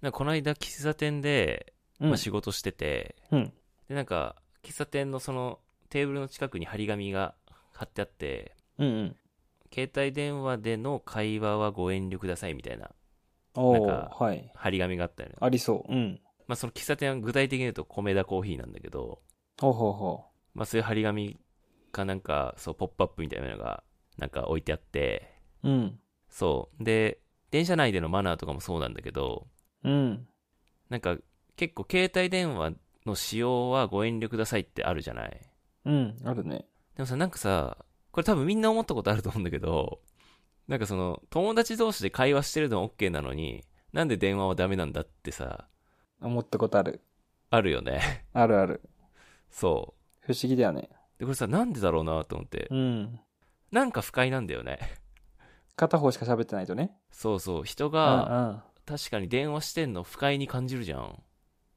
なんかこの間喫茶店で、うんまあ、仕事してて、うんでなんか喫茶店のそのテーブルの近くに張り紙が貼ってあってうんうん。携帯電話での会話はご遠慮くださいみたいなおおなんかはい。張り紙があったよね、ありそう。うん。まあ、その喫茶店は具体的に言うと米田コーヒーなんだけど、ほうほうほまあ、そういう張り紙かなんかそうポップアップみたいなのがなんか置いてあってう。うん。そうで電車内でのマナーとかもそうなんだけどうん。なんか結構携帯電話の使用はご遠慮くださいってあるじゃないうん。あるね。でもさなんかさこれ多分みんな思ったことあると思うんだけどなんかその友達同士で会話してるのは OK なのになんで電話はダメなんだってさ思ったことある。あるよね あるある。そ不思議だよね。うでこれさなんでだろうなと思ってうん。なんか不快なんだよね片方しか喋ってないとね。そうそう人うがんうん。確かに電話してんの不快に感じるじゃん、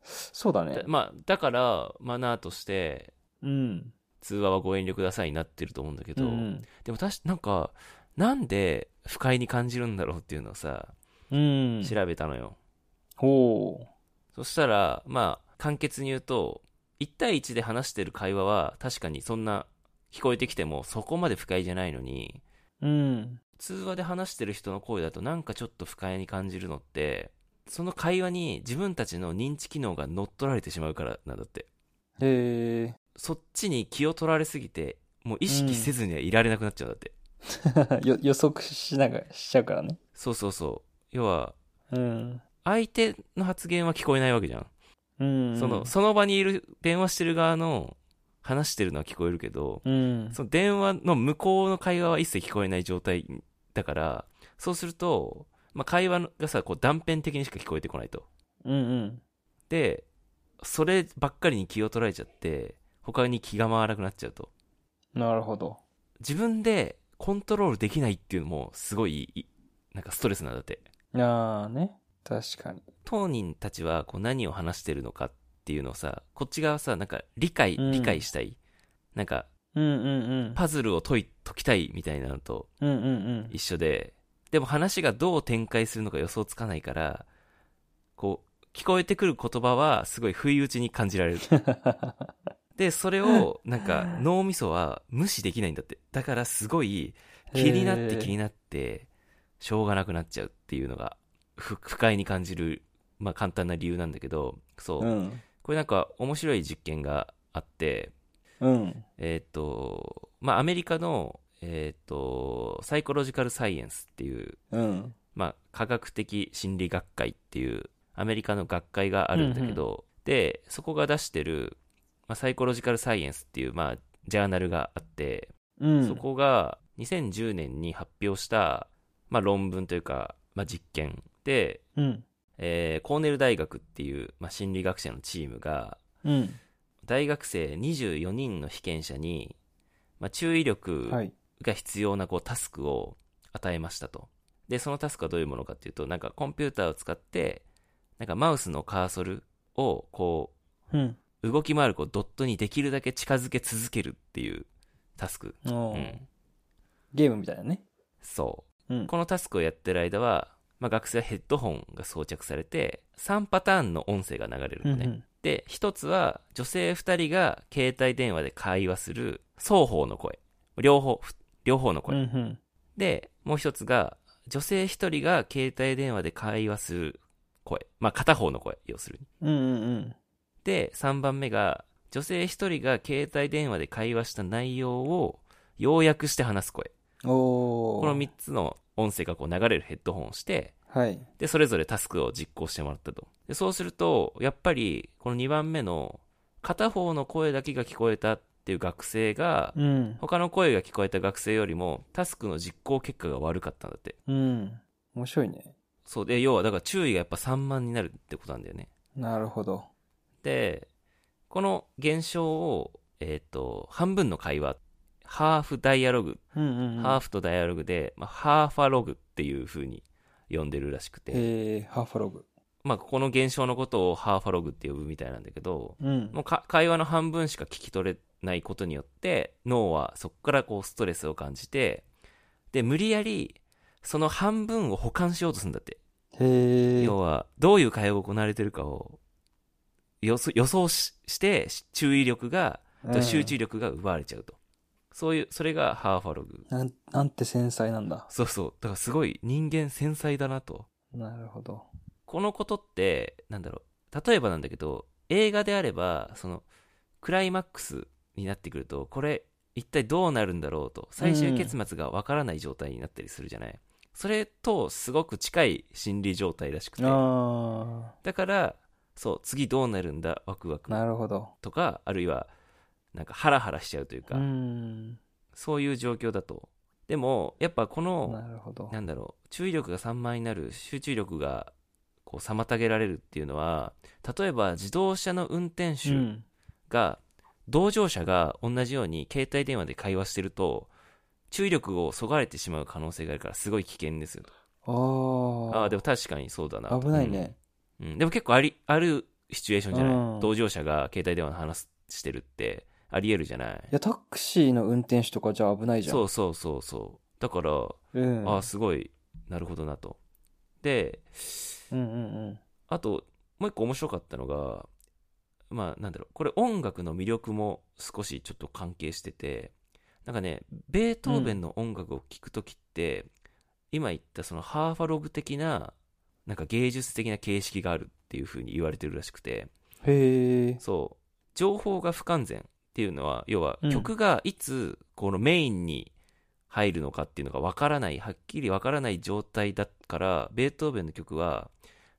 そうだねだ。まあだからマナーとしてうん。通話はご遠慮くださいになってると思うんだけうど、ん。でも確かなんかなんで不快に感じるんだろうっていうのをさうん。調べたのよ、ほう。そしたら、まあ、簡潔に言うと、1対1で話してる会話は、確かにそんな、聞こえてきても、そこまで不快じゃないのに、うん。通話で話してる人の声だと、なんかちょっと不快に感じるのって、その会話に自分たちの認知機能が乗っ取られてしまうからなんだって。へえ。そっちに気を取られすぎて、もう意識せずにはいられなくなっちゃうんだって。 よ予測しながらしちゃうからね。そうそうそう。要は、うん。相手の発言は聞こえないわけじゃん。うん。その、その場にいる、電話してる側の話してるのは聞こえるけど、うん。その電話の向こうの会話は一切聞こえない状態だから、そうすると、まあ、会話がさ、こう断片的にしか聞こえてこないと。うんうん。で、そればっかりに気を取られちゃって、他に気が回らなくなっちゃうと。なるほど。自分でコントロールできないっていうのも、すごい、いなんかストレスなんだって。ああね。確かに。当人たちはこう何を話してるのかっていうのをさ、こっち側はさ、なんか理解、うん理解したい。なんか、うんうんうん。パズルを解い、解きたいみたいなのと、うんうんうん。一緒ででも話がどう展開するのか予想つかないからこう聞こえてくる言葉はすごい不意打ちに感じられるでそれをなんか脳みそは無視できないんだってだからすごい気になっへてー気になってしょうがなくなっちゃうっていうのが不不快に感じる、まあ、簡単な理由なんだけどそう、うん。これなんか面白い実験があってうん。えーっ、と、まあ、アメリカの、えーっ、と、サイコロジカルサイエンスっていう、うん。まあ、科学的心理学会っていう、アメリカの学会があるんだけど、で、そこが出してる、まあ、サイコロジカルサイエンスっていう、まあ、ジャーナルがあって、うん。そこが2010年に発表した、まあ、論文というか、まあ、実験で、うん。えーコーネル大学っていう、まあ、心理学者のチームが、うん。大学生24人の被験者に、まあ、注意力はい。が必要なこうタスクを与えましたと。で、そのタスクはどういうものかっていうと、なんかコンピューターを使って、なんかマウスのカーソルをこうん。う、動き回るこうドットにできるだけ近づけ続けるっていうタスク。おうーん。ゲームみたいなね。そうう。ん。このタスクをやってる間は、まあ、学生はヘッドホンが装着されて、3パターンの音声が流れるうのんね。で、一つは女性二人が携帯電話で会話する双方の声。両方、ふ両方のうん。う声。んで、もう一つが女性一人が携帯電話で会話する声。まあ片方の声、要するに。うん。うんうんで、三番目が女性一人が携帯電話で会話した内容を要約して話す声。うん。おお。この三つの音声がこう流れるヘッドホンをして、はい。で、それぞれタスクを実行してもらったと。で、そうすると、やっぱり、この2番目の、片方の声だけが聞こえたっていう学生が、うん。他の声が聞こえた学生よりも、タスクの実行結果が悪かったんだって。うん。面白いね。そうで、要は、だから注意がやっぱ散漫になるってことなんだよね。なるほど。で、この現象を、えっ、と、半分の会話、ハーフダイアログ、うんうんうん。ハーフとダイアログで、まあ、ハーファログっていう風に呼んでるらしくて。へえ、ハーフログ。まあ、ここの現象のことをハーファログって呼ぶみたいなんだけど、うん。もうか会話の半分しか聞き取れないことによって、脳はそこからこうストレスを感じて、で、無理やり、その半分を補完しようとするんだって。へえ。要は、どういう会話が行われてるかを予想予想しして、し注意力が、うん集中力が奪われちゃうと。そういう、それがハーファログ。なん。なんて繊細なんだ。そうそう。だからすごい人間繊細だなと。なるほど。このことって、なんだろう。例えばなんだけど、映画であれば、その、クライマックスになってくると、これ、一体どうなるんだろうと、最終結末がわからない状態になったりするじゃない。それと、すごく近い心理状態らしくて。あだから、そう、次どうなるんだ、ワクワあ、クなるほど。とか、あるいは、なんかハラハラしちゃうといううか、ん。そういう状況だと。でも、やっぱこの、なるほど。なんだろう、注意力が散漫になる、集中力がこう妨げられるっていうのは、例えば自動車の運転う手ん。が、同乗者が同じように携帯電話で会話してると、注意力をそがれてしまう可能性があるから、すごい危険ですよと。ああああ、でも確かにそうだなと。危ないね。うん、でも結構ありあるシチュエーションじゃない、うん同乗者が携帯電話の話してるってありえるじゃないいや、タクシーの運転手とかじゃあ危ないじゃん。そうそうそうそうだから、う。うん。ああすごいなるほどなとでうんうんうん。あともう一個面白かったのがまあなんだろうこれ音楽の魅力も少しちょっと関係しててなんかねベートーベンの音楽を聴く時って、今言ったそのハーファログ的ななんか芸術的な形式があるっていう風に言われてるらしくて、へえ。そう情報が不完全っていうのは要はうん曲がいつこのメインに入るのかっていうのがわからないはっきりわからない状態だからベートーベンの曲は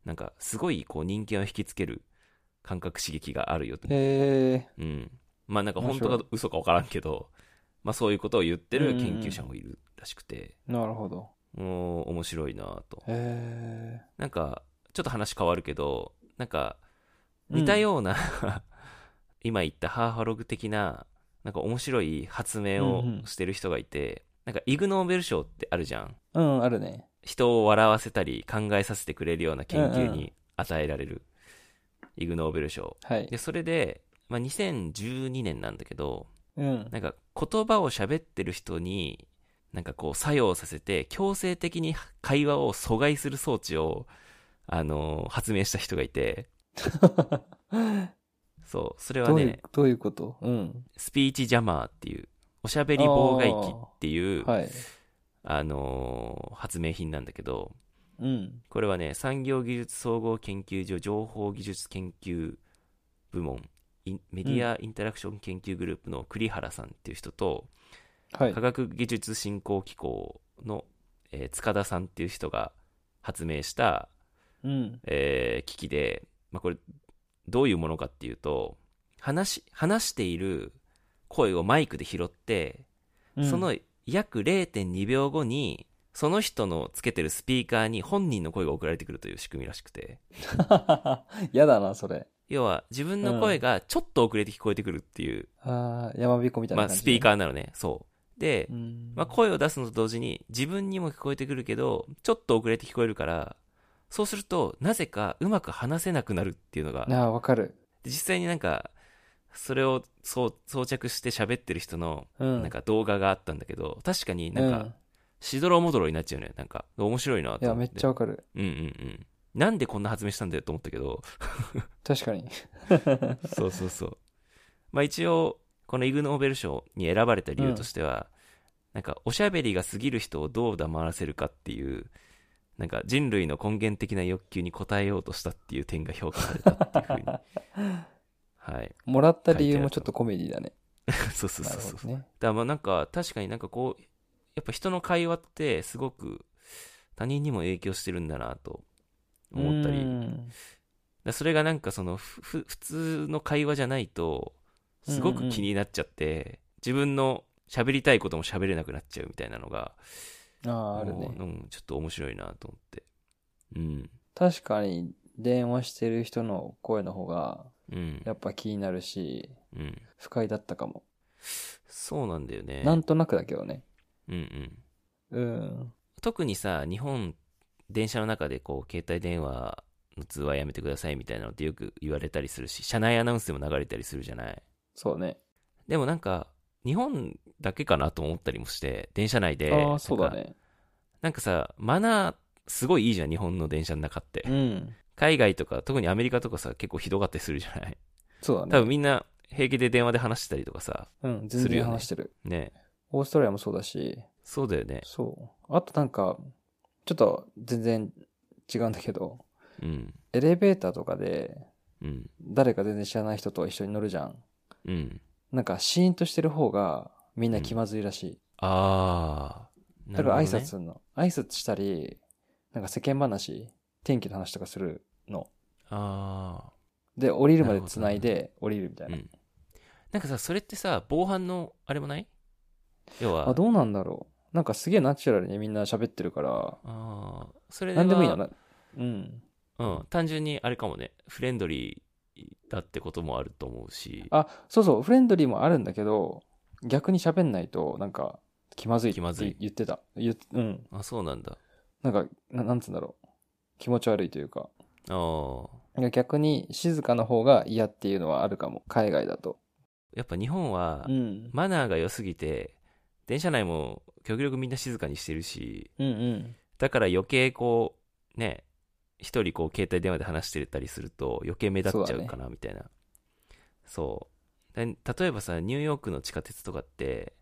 なんかすごいこう人間を引きつける感覚刺激があるよと、へえ。うん、まあなんか面本白当いか嘘かわからんけど、まあ、そういうことを言ってる研究者もいるらしくて、なるほど。もう面白いなとへえ。なんかちょっと話変わるけどなんかうん似たような、 今言ったハーファログ的ななんか面白い発明をうんうんしてる人がいて、なんかイグ・ノーベル賞ってあるじゃんうん、あるね。人を笑わせたり考えさせてくれるような研究うんうに与えられる、イグ・ノーベル賞はい。でそれで、まあ、2012年なんだけどうん。なんか言葉を喋ってる人になんかこう作用させて強制的に会話を阻害する装置を、あのー発明した人がい てそうそれはどうねいう、どういうことうん。スピーチジャマーっていう、おしゃべり妨害機っていう、あ、はい。のー発明品なんだけど、うん。これはね、産業技術総合研究所情報技術研究部門、インメディアインタラクション研究グループの栗原さんっていう人と、はい科。学技術振興機構の、えー塚田さんっていう人が発明した、うん。えー機器で、まあ、これどういうものかっていうと話し話している声をマイクで拾ってうんその約0.2秒後に、その人のつけてるスピーカーに本人の声が送られてくるという仕組みらしくて、 やだな、それ。要は自分の声がちょっと遅れて聞こえてくるっていう、ああ、山彦みたいまなあ感じ、スピーカーなのね、そう。でー。う、ん。まあ声を出すのと同時に自分にも聞こえてくるけど、ちょっと遅れて聞こえるから、そうすると、なぜかうまく話せなくなるっていうのがあ、あ、わかる。で実際になんか、それをそう装着して喋ってる人のうん。なんか動画があったんだけど、確かになんか、しどろもどろになっちゃうねなんか面白いなうん、いとや、思めっってちゃわかる。うんうんうんなんでこんな発明したんだよと思ったけど確かに。 そうそうそうまあ一応このイグ・ノーベル賞に選ばれた理由としては、なんかおしゃべりが過ぎる人をどう黙らせるかっていうなんか人類の根源的な欲求に応えようとしたっていう点が評価されたっていうふうに はいもらった理由もちょっとコメディだね。そうそうなそうそるうほどね。だからまあなんか確かになんかこうやっぱ人の会話ってすごく他人にも影響してるんだなと思ったりうだかんらそれがなんかそのふふ普通の会話じゃないとすごく気になっちゃって、自分の喋りたいことも喋れなくなっちゃうみたいなのがああ、あるねも。ううんちょっと面白いなと思ってうん確かに、電話してる人の声の方が、うんやっぱ気になるし、うん不快だったかも。そうなんだよねなんとなくだけどね。うんうんうん。特にさ日本電車の中でこう携帯電話の通話やめてくださいみたいなのってよく言われたりするし車内アナウンスでも流れたりするじゃないそうね。でもなんか日本だけかなと思ったりもして電車内でああ、そうだね。なんかなんかさマナーすごいいいじゃん、日本の電車の中ってう。ん。海外とか、特にアメリカとかさ、結構ひどかったりするじゃないそうだ多ね。分みんな平気で電話で話したりとかさ、うん、す全るよ然ね話してる。ね。オーストラリアもそうだし、そうだよね。そう。あとなんか、ちょっと全然違うんだけど、うん。エレベーターとかで、うん。誰か全然知らない人と一緒に乗るじゃん。うん。なんか、シーンとしてる方が、みんな気まずいらしい。あー。なだるかほらど挨ね拶するの。挨拶したり、なんか世間話、天気の話とかするの。あで、降りるまで繋いで降りるみたいー。うな。ん。なんかさ、それってさ、防犯の、あれもない要は、あ、どうなんだろう。なんかすげえナチュラルにみんな喋ってるから、あーそれはなんでもいいよな。うん。うん、単純にあれかもね、フレンドリーだってこともあると思うし、あ、そうそう、フレンドリーもあるんだけど、逆に喋んないと、なんか、気まずいっ気てまずい言ってた。言っうん。あ、そうなんだ。なんか、ななんつうんだろう。気持ち悪いというか。あーいや逆に静かな方が嫌っていうのはあるかも。海外だと。やっぱ日本は、うん。マナーが良すぎて、電車内も極力みんな静かにしてるし、うんうん。だから余計こう、ね、一人こう携帯電話で話してたりすると余計目立っちゃうかなみたいな。そう,で、例えばさ、ニューヨークの地下鉄とかって、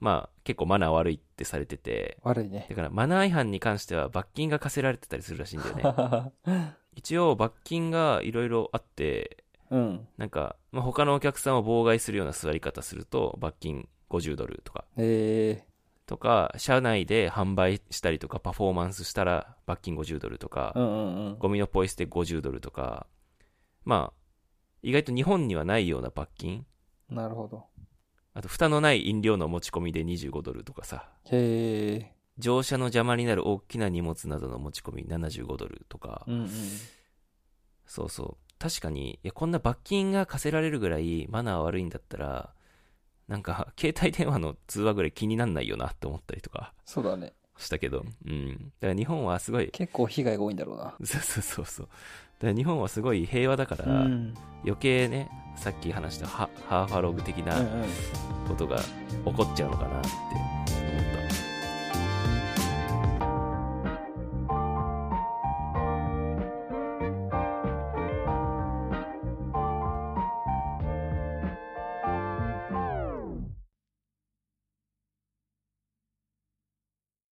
まあ結構マナー悪いってされてて、悪いねだ。からマナー違反に関しては罰金が課せられてたりするらしいんだよね。 一応罰金がいろいろあって、うん。なんか、まあ、他のお客さんを妨害するような座り方すると罰金50ドルとか、えとか、社内で販売したりとかパフォーマンスしたら罰金50ドルとかー、、うんうんうん。ゴミのポイ捨て50ドルとか、まあ、意外と日本にはないような罰金、なるほど。あと蓋のない飲料の持ち込みで25ドルとかさ、へえ。乗車の邪魔になる大きな荷物などの持ち込み75ドルとか、うんうん。そうそう。確かに、いや、こんな罰金が課せられるぐらいマナー悪いんだったら、なんか、携帯電話の通話ぐらい気になんないよなって思ったりとかそうだね。したけど、うん。だから日本はすごい、結構被害が多いんだろうな。 そうそうそうそう。だから日本はすごい平和だかうら、ん。余計ね、さっき話したハハーファログ的うんう。なんことが起こっちゃうのかなって